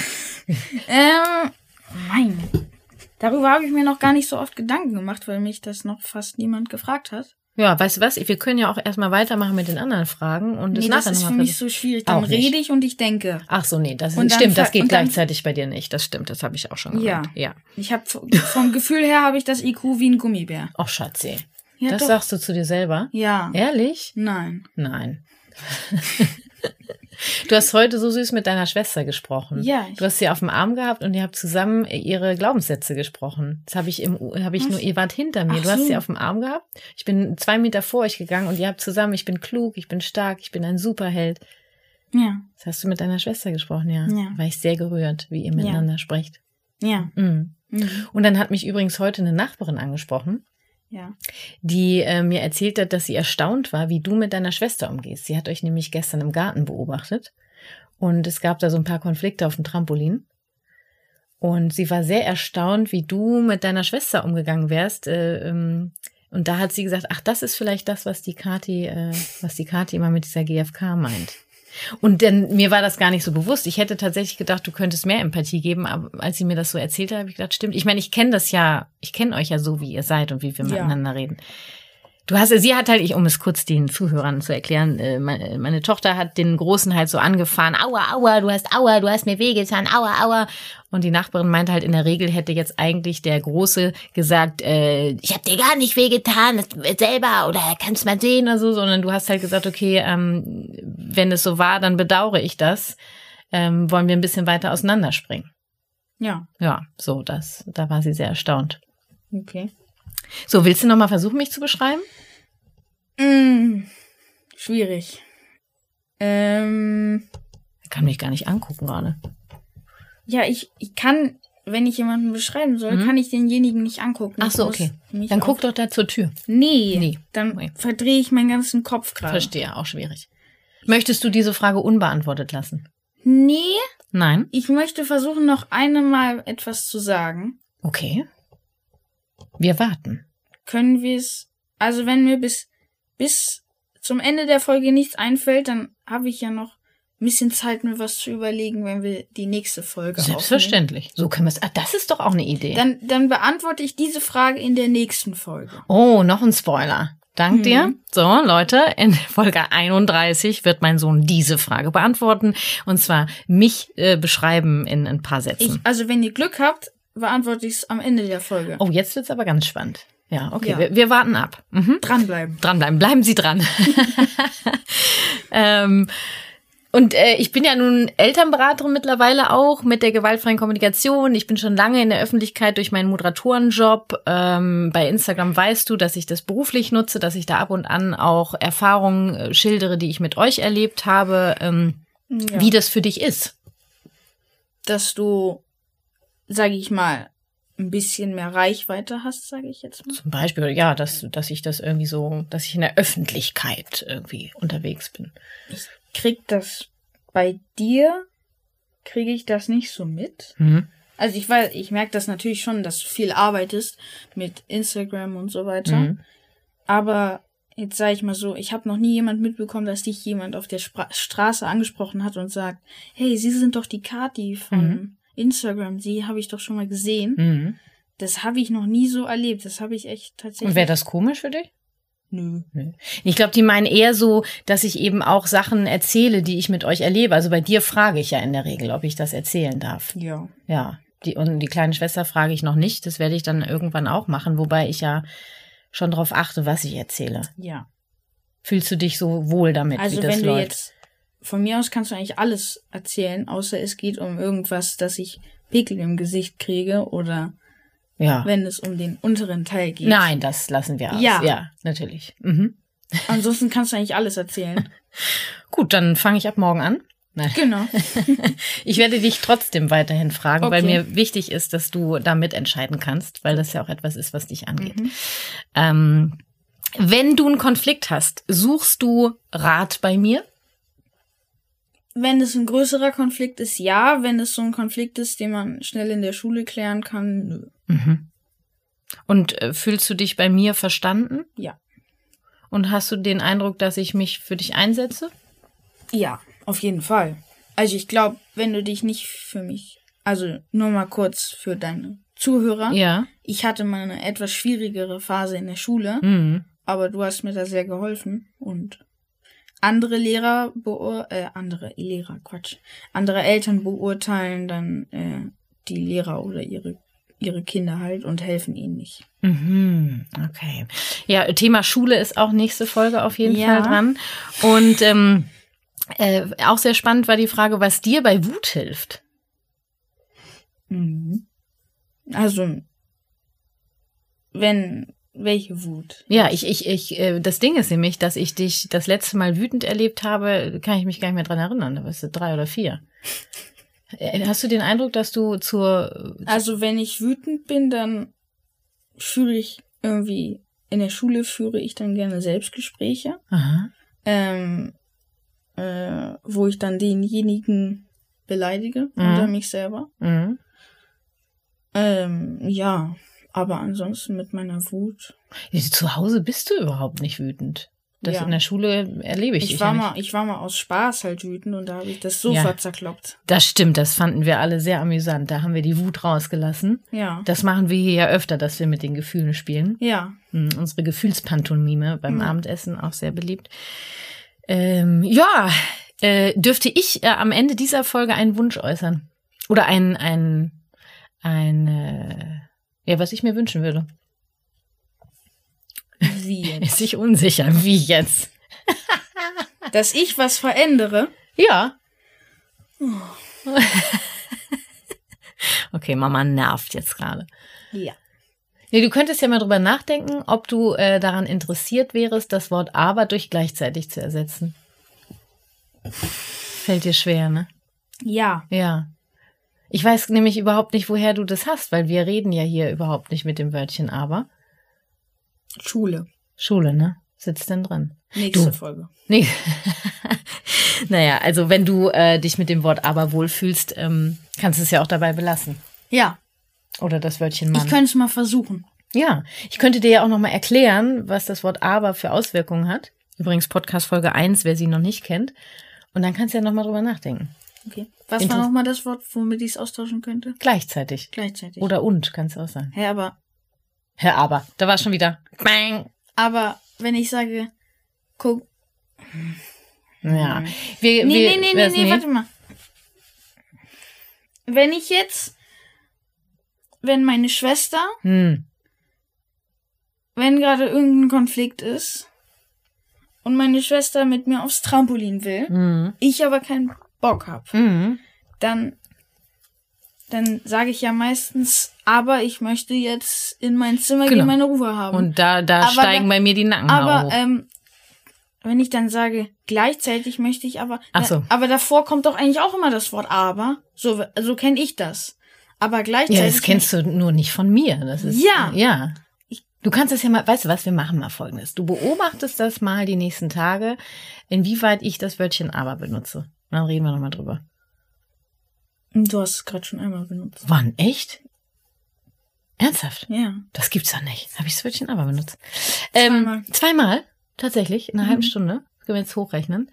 S2: ähm, nein. Darüber habe ich mir noch gar nicht so oft Gedanken gemacht, weil mich das noch fast niemand gefragt hat.
S1: ja, weißt du was? Wir können ja auch erstmal weitermachen mit den anderen Fragen und das
S2: nee, das
S1: nachher
S2: ist für
S1: nochmal
S2: mich
S1: versuchen.
S2: so schwierig. Dann
S1: Auch nicht.
S2: rede ich und ich denke.
S1: Ach so, nee, das
S2: Und dann
S1: stimmt, das
S2: ver-
S1: geht
S2: und dann-
S1: gleichzeitig bei dir nicht. Das stimmt, das habe ich auch schon
S2: Ja.
S1: gemacht. Ja.
S2: Ich habe vom Gefühl her habe ich das IQ wie ein Gummibär.
S1: Ach, Schatzi.
S2: Ja,
S1: das
S2: doch.
S1: sagst du zu dir selber?
S2: ja.
S1: Ehrlich?
S2: Nein.
S1: Nein. *laughs* du hast heute so süß mit deiner Schwester gesprochen.
S2: Ja, ich-
S1: Du hast sie auf dem Arm gehabt und ihr habt zusammen ihre Glaubenssätze gesprochen. Das habe ich im, habe ich
S2: Was?
S1: nur, ihr wart hinter mir.
S2: Ach
S1: du hast
S2: so.
S1: sie auf dem Arm gehabt. Ich bin zwei Meter vor euch gegangen und ihr habt zusammen, ich bin klug, ich bin stark, ich bin ein Superheld.
S2: Ja.
S1: Das hast du mit deiner Schwester gesprochen, ja.
S2: Ja.
S1: War ich sehr gerührt, wie ihr miteinander sprecht.
S2: Ja.
S1: Mhm.
S2: Mhm.
S1: Und dann hat mich übrigens heute eine Nachbarin angesprochen
S2: Ja.
S1: die äh, mir erzählt hat, dass sie erstaunt war, wie du mit deiner Schwester umgehst. Sie hat euch nämlich gestern im Garten beobachtet und es gab da so ein paar Konflikte auf dem Trampolin. Und sie war sehr erstaunt, wie du mit deiner Schwester umgegangen wärst. Äh, ähm, und da hat sie gesagt, ach, das ist vielleicht das, was die Kati, äh, was die Kati immer mit dieser GfK meint. Und denn mir war das gar nicht so bewusst. Ich hätte tatsächlich gedacht, du könntest mehr Empathie geben, aber als sie mir das so erzählt hat, habe ich gedacht, stimmt. Ich meine, ich kenne das ja, ich kenne euch ja so, wie ihr seid und wie wir
S2: Ja.
S1: miteinander reden. Du hast, sie hat halt, ich, um es kurz den Zuhörern zu erklären, äh, meine, meine Tochter hat den Großen halt so angefahren, aua, aua, du hast aua, du hast mir wehgetan, aua, aua. Und die Nachbarin meinte halt, in der Regel hätte jetzt eigentlich der Große gesagt, äh, ich hab dir gar nicht wehgetan, das äh, selber oder kannst mal sehen oder so, sondern du hast halt gesagt, okay, ähm, wenn es so war, dann bedauere ich das. Ähm, wollen wir ein bisschen weiter auseinanderspringen.
S2: Ja.
S1: Ja, so, das, da war sie sehr erstaunt.
S2: Okay.
S1: So, willst du nochmal versuchen, mich zu beschreiben?
S2: Mm, schwierig. Ähm,
S1: Ich kann mich gar nicht angucken gerade.
S2: ja, ich, ich kann, wenn ich jemanden beschreiben soll,
S1: Mhm.
S2: kann ich denjenigen nicht angucken.
S1: Ach
S2: Ich
S1: so,
S2: muss
S1: okay.
S2: mich
S1: Dann
S2: auf-
S1: guck doch da zur Tür.
S2: Nee,
S1: Nee.
S2: Dann
S1: Nee.
S2: verdrehe ich meinen ganzen Kopf gerade.
S1: Verstehe, auch schwierig. Möchtest du diese Frage unbeantwortet lassen?
S2: Nee,
S1: Nein?
S2: ich möchte versuchen, noch einmal etwas zu sagen.
S1: Okay. Wir warten.
S2: Können wir es, also wenn mir bis, bis zum Ende der Folge nichts einfällt, dann habe ich ja noch ein bisschen Zeit, mir was zu überlegen, wenn wir die nächste Folge aufnehmen.
S1: Selbstverständlich. So können wir es. Ah, das ist doch auch eine Idee.
S2: Dann, dann beantworte ich diese Frage in der nächsten Folge.
S1: Oh, noch ein Spoiler. Dank
S2: Mhm.
S1: dir. So, Leute, in Folge 31 wird mein Sohn diese Frage beantworten. Und zwar mich äh, beschreiben in ein paar
S2: Ich,
S1: Sätzen.
S2: also wenn ihr Glück habt, beantworte ich es am Ende der Folge.
S1: oh, jetzt wird's aber ganz spannend. Ja, okay.
S2: Ja.
S1: Wir, wir warten ab. Mhm.
S2: Dranbleiben.
S1: Dranbleiben. Bleiben Sie dran. *laughs* ähm, und äh, ich bin ja nun Elternberaterin mittlerweile auch mit der gewaltfreien Kommunikation. Ich bin schon lange in der Öffentlichkeit durch meinen Moderatorenjob. Ähm, bei Instagram weißt du, dass ich das beruflich nutze, dass ich da ab und an auch Erfahrungen äh, schildere, die ich mit euch erlebt habe, ähm,
S2: Ja.
S1: wie das für dich ist.
S2: dass du, sage ich mal, ein bisschen mehr Reichweite hast, sage ich jetzt mal.
S1: Zum Beispiel, ja, dass, dass ich das irgendwie so, dass ich in der Öffentlichkeit irgendwie unterwegs bin.
S2: Krieg das bei dir, kriege ich das nicht so mit.
S1: Mhm.
S2: Also ich weiß, ich merke das natürlich schon, dass du viel arbeitest mit Instagram und so weiter.
S1: Mhm.
S2: Aber jetzt sage ich mal so, ich habe noch nie jemand mitbekommen, dass dich jemand auf der Spra Straße angesprochen hat und sagt, hey, Sie sind doch die Kati von
S1: Mhm.
S2: Instagram, Sie habe ich doch schon mal gesehen.
S1: Mhm.
S2: Das habe ich noch nie so erlebt. Das habe ich echt tatsächlich.
S1: Und wäre das komisch für dich?
S2: Nö.
S1: Ich glaube, die meinen eher so, dass ich eben auch Sachen erzähle, die ich mit euch erlebe. Also bei dir frage ich ja in der Regel, ob ich das erzählen darf.
S2: Ja.
S1: Ja. Die, und die kleine Schwester frage ich noch nicht. Das werde ich dann irgendwann auch machen, wobei ich ja schon darauf achte, was ich erzähle.
S2: Ja.
S1: Fühlst du dich so wohl damit,
S2: Also
S1: wie das
S2: wenn du
S1: läuft?
S2: jetzt von mir aus kannst du eigentlich alles erzählen, außer es geht um irgendwas, dass ich Pickel im Gesicht kriege oder
S1: ja.
S2: wenn es um den unteren Teil geht.
S1: Nein, das lassen wir aus.
S2: Ja.
S1: ja natürlich. Mhm.
S2: Ansonsten kannst du eigentlich alles erzählen.
S1: Gut, dann fange ich ab morgen an. Nein.
S2: genau.
S1: Ich werde dich trotzdem weiterhin fragen, weil
S2: Okay.
S1: mir wichtig ist, dass du da mitentscheiden kannst, weil das ja auch etwas ist, was dich angeht.
S2: Mhm.
S1: Ähm, wenn du einen Konflikt hast, suchst du Rat bei mir?
S2: Wenn es ein größerer Konflikt ist, ja. Wenn es so ein Konflikt ist, den man schnell in der Schule klären kann, nö.
S1: Und äh, fühlst du dich bei mir verstanden?
S2: Ja.
S1: Und hast du den Eindruck, dass ich mich für dich einsetze?
S2: Ja, auf jeden Fall. Also ich glaube, wenn du dich nicht für mich, also nur mal kurz für deine Zuhörer.
S1: Ja.
S2: Ich hatte mal eine etwas schwierigere Phase in der Schule.
S1: Mhm.
S2: aber du hast mir da sehr geholfen und andere Lehrer beur äh, andere Lehrer Quatsch andere Eltern beurteilen dann äh, die Lehrer oder ihre ihre Kinder halt und helfen ihnen nicht.
S1: Mhm, okay. Ja, Thema Schule ist auch nächste Folge auf jeden
S2: Ja.
S1: Fall dran. Und ähm, äh, auch sehr spannend war die Frage, was dir bei Wut hilft.
S2: Also wenn welche Wut?
S1: Ja, ich, ich, ich, äh, das Ding ist nämlich, dass ich dich das letzte Mal wütend erlebt habe, kann ich mich gar nicht mehr dran erinnern. Da warst du drei oder vier. Äh, Hast du den Eindruck, dass du zur,
S2: Also wenn ich wütend bin, dann führe ich irgendwie in der Schule führe ich dann gerne Selbstgespräche.
S1: äh, aha,
S2: ähm, äh, wo ich dann denjenigen beleidige
S1: Mhm.
S2: oder mich selber.
S1: mhm.
S2: Ähm, ja, aber ansonsten mit meiner Wut.
S1: zu Hause bist du überhaupt nicht wütend. Das
S2: Ja.
S1: in der Schule erlebe ich.
S2: Ich,
S1: dich
S2: war
S1: ja nicht.
S2: mal, ich war mal aus Spaß halt wütend und da habe ich das Sofa
S1: Ja.
S2: zerkloppt.
S1: Das stimmt, das fanden wir alle sehr amüsant. Da haben wir die Wut rausgelassen.
S2: Ja,
S1: Das machen wir hier ja öfter, dass wir mit den Gefühlen spielen.
S2: ja.
S1: Hm, Unsere Gefühlspantomime beim
S2: Mhm.
S1: Abendessen auch sehr beliebt. Ähm, ja, äh, dürfte ich äh, am Ende dieser Folge einen Wunsch äußern? Oder ein, ein, ein, äh, ja, was ich mir wünschen würde.
S2: Wie jetzt?
S1: Ist ich unsicher, wie jetzt?
S2: Dass ich was verändere.
S1: Ja. *laughs* okay, Mama nervt jetzt gerade.
S2: Ja.
S1: Nee, du könntest ja mal drüber nachdenken, ob du äh, daran interessiert wärest, das Wort aber durch gleichzeitig zu ersetzen. Fällt dir schwer, ne?
S2: Ja.
S1: Ja. Ich weiß nämlich überhaupt nicht, woher du das hast, weil wir reden ja hier überhaupt nicht mit dem Wörtchen aber.
S2: Schule.
S1: Schule, ne? sitzt denn drin?
S2: Nächste
S1: Du.
S2: Folge.
S1: Nee. *laughs* naja, also wenn du äh, dich mit dem Wort aber wohlfühlst, ähm, kannst du es ja auch dabei belassen.
S2: Ja,
S1: Oder das Wörtchen
S2: ich
S1: Mann.
S2: könnte es mal versuchen.
S1: ja, ich könnte dir ja auch nochmal erklären, was das Wort aber für Auswirkungen hat. Übrigens Podcast Folge 1, wer sie noch nicht kennt. Und dann kannst du ja nochmal drüber nachdenken.
S2: Okay. Was
S1: Inter-
S2: war nochmal das Wort, womit ich es austauschen könnte?
S1: Gleichzeitig.
S2: Gleichzeitig.
S1: Oder und, kannst du auch sagen.
S2: Hä, aber,
S1: Herr Aber, da war schon wieder. Bang.
S2: aber wenn ich sage, guck.
S1: Ja. Wir, wir,
S2: Nee, Mhm. nee, nee, nee,
S1: das-
S2: nee, warte mal. Wenn ich jetzt, wenn meine Schwester,
S1: Hm.
S2: wenn gerade irgendein Konflikt ist und meine Schwester mit mir aufs Trampolin will,
S1: Mhm.
S2: ich aber keinen Bock hab,
S1: Mhm.
S2: dann, dann sage ich ja meistens, aber ich möchte jetzt in mein Zimmer
S1: Genau.
S2: gehen, meine Ruhe haben.
S1: Und da, da
S2: Aber
S1: steigen
S2: da-
S1: bei mir die Nackenhaare
S2: aber
S1: hoch.
S2: ähm, wenn ich dann sage, gleichzeitig möchte ich aber,
S1: Ach so.
S2: na, aber davor kommt doch eigentlich auch immer das Wort aber. So, so kenne ich das. Aber gleichzeitig.
S1: Ja, das kennst du nur nicht von mir. Das ist,
S2: Ja.
S1: Ja. Du kannst das ja mal, weißt du was, wir machen mal Folgendes. Du beobachtest das mal die nächsten Tage, inwieweit ich das Wörtchen aber benutze. Und Dann reden wir nochmal drüber.
S2: Du hast es gerade schon einmal benutzt.
S1: Wann? Echt? Ernsthaft?
S2: Ja.
S1: Das gibt's doch nicht. Habe ich das Wörtchen aber benutzt. Ähm,
S2: Zweimal. Mhm.
S1: Zweimal, tatsächlich, in einer halben Stunde. Das können wir jetzt hochrechnen.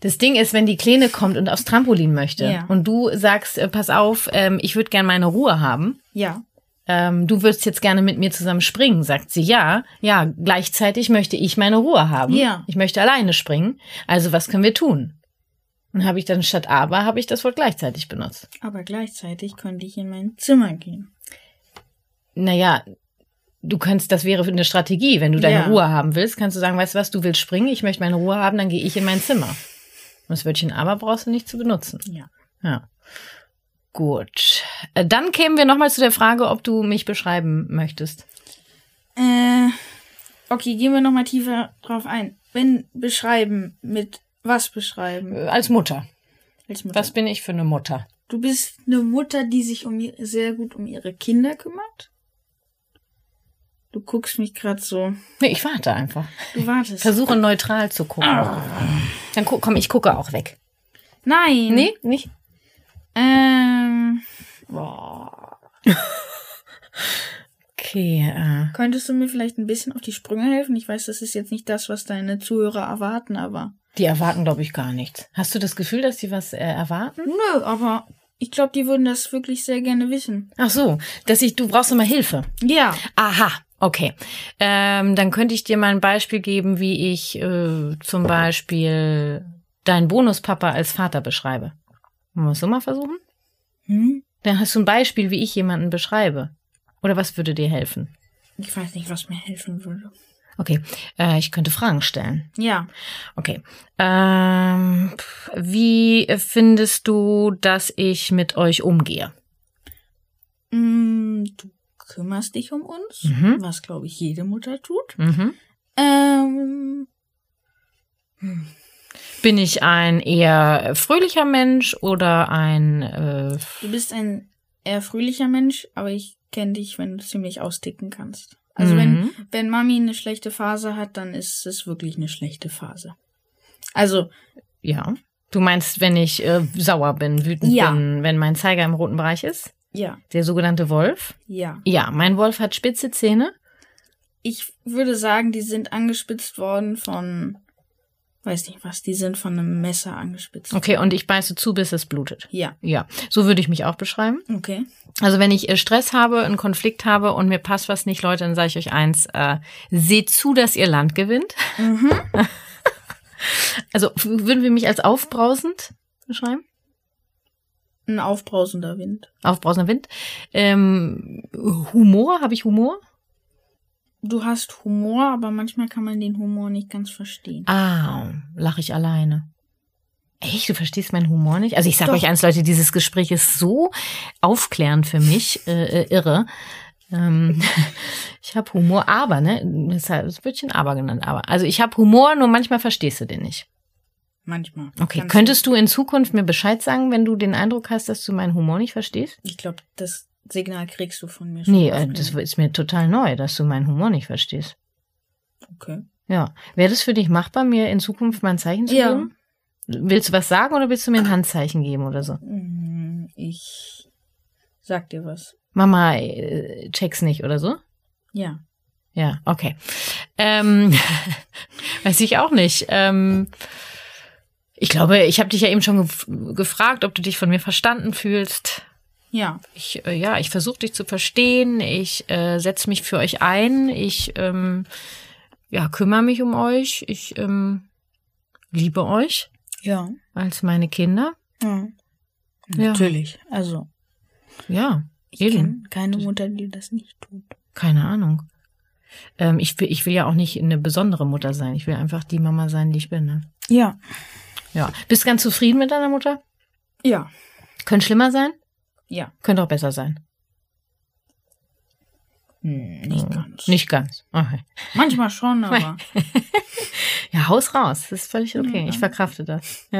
S1: Das Ding ist, wenn die Kleine kommt und aufs Trampolin möchte
S2: Ja.
S1: und du sagst, äh, pass auf, ähm, ich würde gern meine Ruhe haben,
S2: Ja.
S1: ähm, du würdest jetzt gerne mit mir zusammen springen, sagt sie, ja, ja, gleichzeitig möchte ich meine Ruhe haben.
S2: Ja.
S1: Ich möchte alleine springen. Also was können wir tun? Und habe ich dann statt aber, habe ich das Wort gleichzeitig benutzt.
S2: Aber gleichzeitig könnte ich in mein Zimmer gehen.
S1: Naja, du kannst, das wäre eine Strategie, wenn du deine
S2: Ja.
S1: Ruhe haben willst, kannst du sagen, weißt du was, du willst springen, ich möchte meine Ruhe haben, dann gehe ich in mein Zimmer. Und das Wörtchen aber brauchst du nicht zu benutzen.
S2: Ja.
S1: Ja. Gut. Äh, Dann kämen wir nochmal zu der Frage, ob du mich beschreiben möchtest.
S2: Äh, okay, gehen wir nochmal tiefer drauf ein. Wenn beschreiben, mit was beschreiben?
S1: Äh, Als Mutter.
S2: Als Mutter.
S1: Was bin ich für eine Mutter?
S2: Du bist eine Mutter, die sich um ihr, sehr gut um ihre Kinder kümmert. Du guckst mich gerade so.
S1: Nee, ich warte einfach.
S2: Du wartest.
S1: Versuche neutral zu gucken. Dann gu komm, ich gucke auch weg.
S2: Nein.
S1: Nee, Hm, nicht?
S2: Ähm,
S1: Okay, äh,
S2: könntest du mir vielleicht ein bisschen auf die Sprünge helfen? Ich weiß, das ist jetzt nicht das, was deine Zuhörer erwarten, aber.
S1: die erwarten, glaube ich, gar nichts. Hast du das Gefühl, dass die was äh, erwarten?
S2: Nö, aber ich glaube, die würden das wirklich sehr gerne wissen.
S1: Ach so, dass ich, du brauchst immer Hilfe.
S2: Ja.
S1: Aha, okay. Ähm, dann könnte ich dir mal ein Beispiel geben, wie ich äh, zum Beispiel deinen Bonuspapa als Vater beschreibe. Wollen wir es so mal versuchen?
S2: Hm?
S1: Dann hast du ein Beispiel, wie ich jemanden beschreibe. Oder was würde dir helfen?
S2: Ich weiß nicht, was mir helfen würde.
S1: Okay, äh, ich könnte Fragen stellen.
S2: Ja.
S1: Okay. Ähm, pf, wie findest du, dass ich mit euch umgehe?
S2: Mm, du kümmerst dich um uns,
S1: Mhm.
S2: was, glaube ich, jede Mutter tut.
S1: Mhm.
S2: Ähm,
S1: Bin ich ein eher fröhlicher Mensch oder ein äh,
S2: Du bist ein eher fröhlicher Mensch, aber ich kenne dich, wenn du ziemlich austicken kannst. Also
S1: Mhm.
S2: wenn, wenn Mami eine schlechte Phase hat, dann ist es wirklich eine schlechte Phase. Also,
S1: ja? Du meinst, wenn ich äh, sauer bin, wütend
S2: Ja.
S1: bin, wenn mein Zeiger im roten Bereich ist?
S2: ja,
S1: Der sogenannte Wolf?
S2: ja.
S1: Ja, mein Wolf hat spitze Zähne.
S2: Ich würde sagen, die sind angespitzt worden von, weiß nicht was, die sind von einem Messer angespitzt.
S1: Okay, und ich beiße zu, bis es blutet.
S2: Ja,
S1: Ja, so würde ich mich auch beschreiben.
S2: okay.
S1: Also wenn ich äh, Stress habe, einen Konflikt habe und mir passt was nicht, Leute, dann sage ich euch eins, äh, seht zu, dass ihr Land gewinnt.
S2: Mhm.
S1: Also f- würden wir mich als aufbrausend beschreiben?
S2: Ein aufbrausender Wind.
S1: Aufbrausender Wind. Ähm, Humor, habe ich Humor?
S2: Du hast Humor, aber manchmal kann man den Humor nicht ganz verstehen.
S1: Ah, lache ich alleine. Echt, du verstehst meinen Humor nicht? Also ich sage
S2: Doch.
S1: euch eins, Leute, dieses Gespräch ist so aufklärend für mich, äh, äh, irre. Ähm, *laughs* ich habe Humor, aber, ne? Das hat- das Wörtchen aber genannt, aber. Also ich habe Humor, nur manchmal verstehst du den nicht.
S2: Manchmal.
S1: Okay,
S2: Ganz-
S1: könntest du in Zukunft mir Bescheid sagen, wenn du den Eindruck hast, dass du meinen Humor nicht verstehst?
S2: Ich glaube, das Signal kriegst du von mir schon.
S1: Nee,
S2: oft
S1: äh, das
S2: genug.
S1: ist mir total neu, dass du meinen Humor nicht verstehst.
S2: Okay.
S1: Ja. Wäre das für dich machbar, mir in Zukunft mal ein Zeichen zu
S2: Ja.
S1: geben? Willst du was sagen oder willst du mir ein Handzeichen geben oder so?
S2: Mm, Ich sag dir was.
S1: Mama, äh, check's nicht oder so?
S2: Ja.
S1: Ja, okay. Ähm, *laughs* weiß ich auch nicht. Ähm, ich glaube, ich habe dich ja eben schon gef gefragt, ob du dich von mir verstanden fühlst.
S2: Ja.
S1: Ich, äh, ja, ich versuche dich zu verstehen. Ich äh, setze mich für euch ein. Ich ähm, ja, kümmere mich um euch. Ich ähm, liebe euch
S2: Ja.
S1: als meine Kinder.
S2: ja.
S1: Ja.
S2: Natürlich. Also,
S1: Ja,
S2: ich
S1: Eben.
S2: kenn keine Mutter, die das nicht tut.
S1: keine Ahnung. Ähm, ich, will, ich will ja auch nicht eine besondere Mutter sein. Ich will einfach die Mama sein, die ich bin. Ne?
S2: Ja.
S1: Ja. Bist ganz zufrieden mit deiner Mutter?
S2: Ja.
S1: Könnte schlimmer sein,
S2: Ja.
S1: könnte auch besser sein.
S2: Hm, Nicht ganz.
S1: Nicht ganz. Okay.
S2: Manchmal schon, aber.
S1: Ja, haus raus. Das ist völlig okay.
S2: Ja.
S1: Ich verkrafte das. *laughs*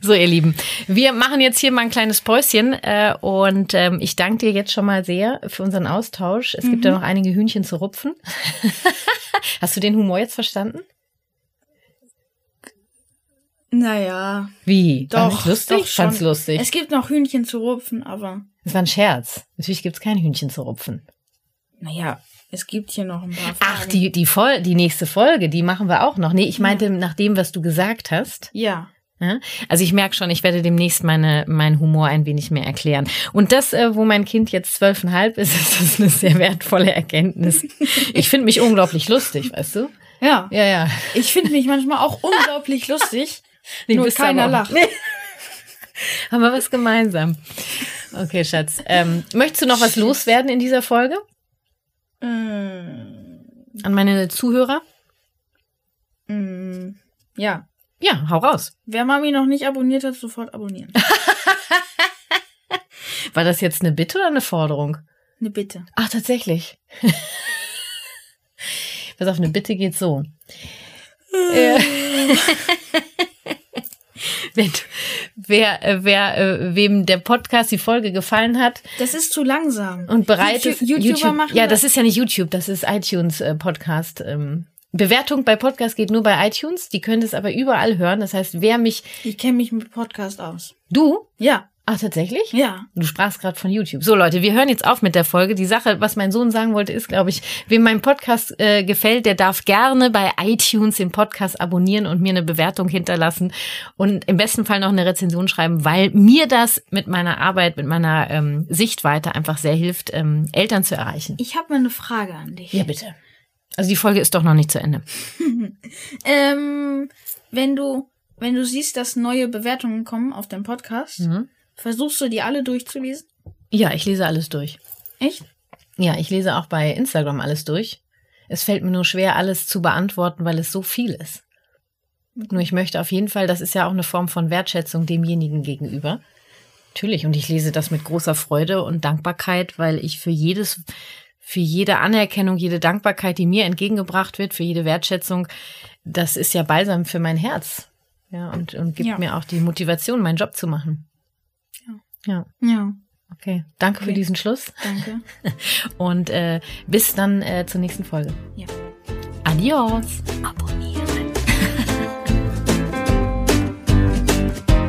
S1: so, ihr Lieben. Wir machen jetzt hier mal ein kleines Päuschen äh, und ähm, ich danke dir jetzt schon mal sehr für unseren Austausch. Es
S2: Mhm.
S1: gibt ja noch einige Hühnchen zu rupfen. *laughs* Hast du den Humor jetzt verstanden?
S2: Naja.
S1: Wie? War
S2: Doch,
S1: nicht lustig?
S2: doch
S1: ich fand's
S2: schon.
S1: lustig.
S2: Es gibt noch Hühnchen zu rupfen, aber.
S1: Es war ein Scherz. Natürlich gibt's kein Hühnchen zu rupfen.
S2: Naja, es gibt hier noch ein paar Fragen.
S1: Ach, die, die, Fol die nächste Folge, die machen wir auch noch. Nee, ich meinte nach dem, was du gesagt hast.
S2: Ja.
S1: Ja? Also ich merke schon, ich werde demnächst meine, meinen Humor ein wenig mehr erklären. Und das, äh, wo mein Kind jetzt zwölfeinhalb ist, *laughs* ist das eine sehr wertvolle Erkenntnis. Ich finde mich unglaublich lustig, weißt du?
S2: Ja.
S1: Ja, ja.
S2: Ich finde mich manchmal *laughs* auch unglaublich lustig.
S1: Nee,
S2: nur
S1: bist du aber
S2: keiner
S1: auch.
S2: lacht.
S1: Haben wir was gemeinsam. Okay, Schatz. Ähm, möchtest du noch was loswerden in dieser Folge
S2: Mm,
S1: an meine Zuhörer?
S2: mm, ja.
S1: Ja, hau raus.
S2: Wer Mami noch nicht abonniert hat, sofort abonnieren.
S1: War das jetzt eine Bitte oder eine Forderung?
S2: Eine Bitte.
S1: Ach, tatsächlich. *laughs* Pass auf, eine Bitte geht so. Äh, *laughs* wenn, wer, äh, wer, äh, wem der Podcast die Folge gefallen hat
S2: Das ist zu langsam.
S1: und bereit
S2: Youtu-
S1: ist,
S2: YouTuber machen
S1: ja,
S2: das.
S1: das ist ja nicht YouTube, das ist iTunes äh, Podcast. Ähm, Bewertung bei Podcast geht nur bei iTunes. Die können es aber überall hören. Das heißt, wer mich,
S2: Ich kenne mich mit Podcast aus.
S1: du,
S2: Ja,
S1: ach tatsächlich?
S2: ja.
S1: Du sprachst gerade von YouTube. So Leute, wir hören jetzt auf mit der Folge. Die Sache, was mein Sohn sagen wollte, ist, glaube ich, wem mein Podcast äh, gefällt, der darf gerne bei iTunes den Podcast abonnieren und mir eine Bewertung hinterlassen und im besten Fall noch eine Rezension schreiben, weil mir das mit meiner Arbeit, mit meiner ähm, Sichtweite einfach sehr hilft, ähm, Eltern zu erreichen.
S2: Ich habe mal eine Frage an dich.
S1: bitte. Also die Folge ist doch noch nicht zu Ende.
S2: Ähm, wenn du, wenn du siehst, dass neue Bewertungen kommen auf deinem Podcast,
S1: Mhm.
S2: versuchst du die alle durchzulesen?
S1: Ja, ich lese alles durch.
S2: Echt?
S1: Ja, ich lese auch bei Instagram alles durch. Es fällt mir nur schwer, alles zu beantworten, weil es so viel ist. Nur ich möchte auf jeden Fall, das ist ja auch eine Form von Wertschätzung demjenigen gegenüber. Natürlich, und ich lese das mit großer Freude und Dankbarkeit, weil ich für jedes, für jede Anerkennung, jede Dankbarkeit, die mir entgegengebracht wird, für jede Wertschätzung, das ist ja Balsam für mein Herz. Ja, und, und gibt
S2: Ja.
S1: mir auch die Motivation, meinen Job zu machen. Ja. Ja,
S2: Ja,
S1: okay. Danke für
S2: Okay.
S1: diesen Schluss.
S2: danke.
S1: Und äh, bis dann äh, zur nächsten Folge.
S2: Ja.
S1: Adios. Abonnieren.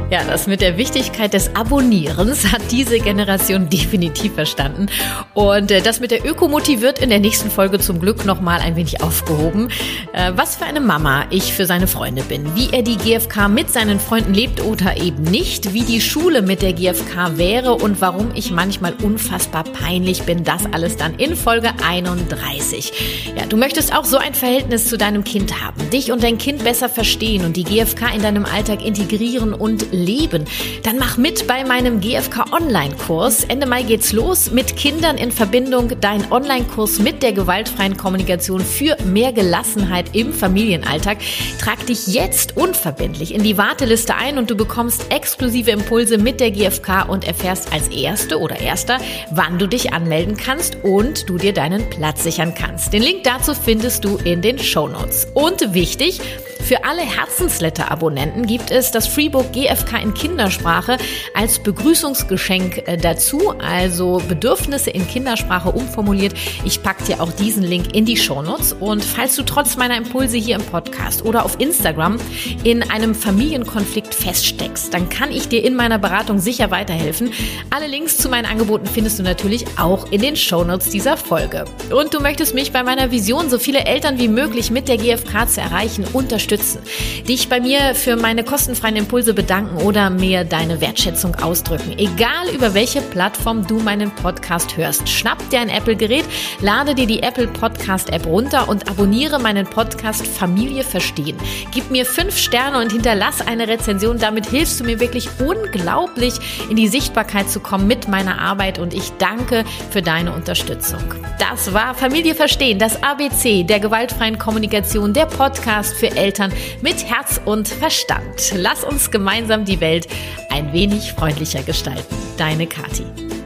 S1: Ja, das mit der Wichtigkeit des Abonnierens hat diese Generation *laughs* definitiv verstanden. Und äh, das mit der Ökomotiv wird in der nächsten Folge zum Glück nochmal ein wenig aufgehoben. Äh, was für eine Mama ich für seine Freunde bin, wie er die GfK mit seinen Freunden lebt oder eben nicht, wie die Schule mit der GfK wäre und warum ich manchmal unfassbar peinlich bin, das alles dann in Folge 31. Ja, du möchtest auch so ein Verhältnis zu deinem Kind haben, dich und dein Kind besser verstehen und die GfK in deinem Alltag integrieren und leben. Dann mach mit bei meinem GfK Online-Kurs. Ende Mai geht's los mit Kindern in Verbindung. Dein Online-Kurs mit der gewaltfreien Kommunikation für mehr Gelassenheit im Familienalltag. Trag dich jetzt unverbindlich in die Warteliste ein und du bekommst exklusive Impulse mit der GfK und erfährst als Erste oder Erster, wann du dich anmelden kannst und du dir deinen Platz sichern kannst. Den Link dazu findest du in den Shownotes. Und wichtig, Für alle Herzensletter-Abonnenten gibt es das Freebook GFK in Kindersprache als Begrüßungsgeschenk äh, dazu, also Bedürfnisse in Kindersprache umformuliert. Ich packe dir auch diesen Link in die Shownotes und falls du trotz meiner Impulse hier im Podcast oder auf Instagram in einem Familienkonflikt feststeckst, dann kann ich dir in meiner Beratung sicher weiterhelfen. Alle Links zu meinen Angeboten findest du natürlich auch in den Shownotes dieser Folge. Und du möchtest mich bei meiner Vision, so viele Eltern wie möglich mit der GfK zu erreichen, unterstützen. Dich bei mir für meine kostenfreien Impulse bedanken oder mir deine Wertschätzung ausdrücken. Egal über welche Plattform du meinen Podcast hörst, schnapp dir ein Apple-Gerät, lade dir die Apple Podcast-App runter und abonniere meinen Podcast Familie verstehen. Gib mir fünf Sterne und hinterlass eine Rezension. Damit hilfst du mir wirklich unglaublich in die Sichtbarkeit zu kommen mit meiner Arbeit und ich danke für deine Unterstützung. Das war Familie verstehen, das ABC der gewaltfreien Kommunikation, der Podcast für Eltern mit Herz und Verstand. Lass uns gemeinsam die Welt ein wenig freundlicher gestalten. Deine Kathi.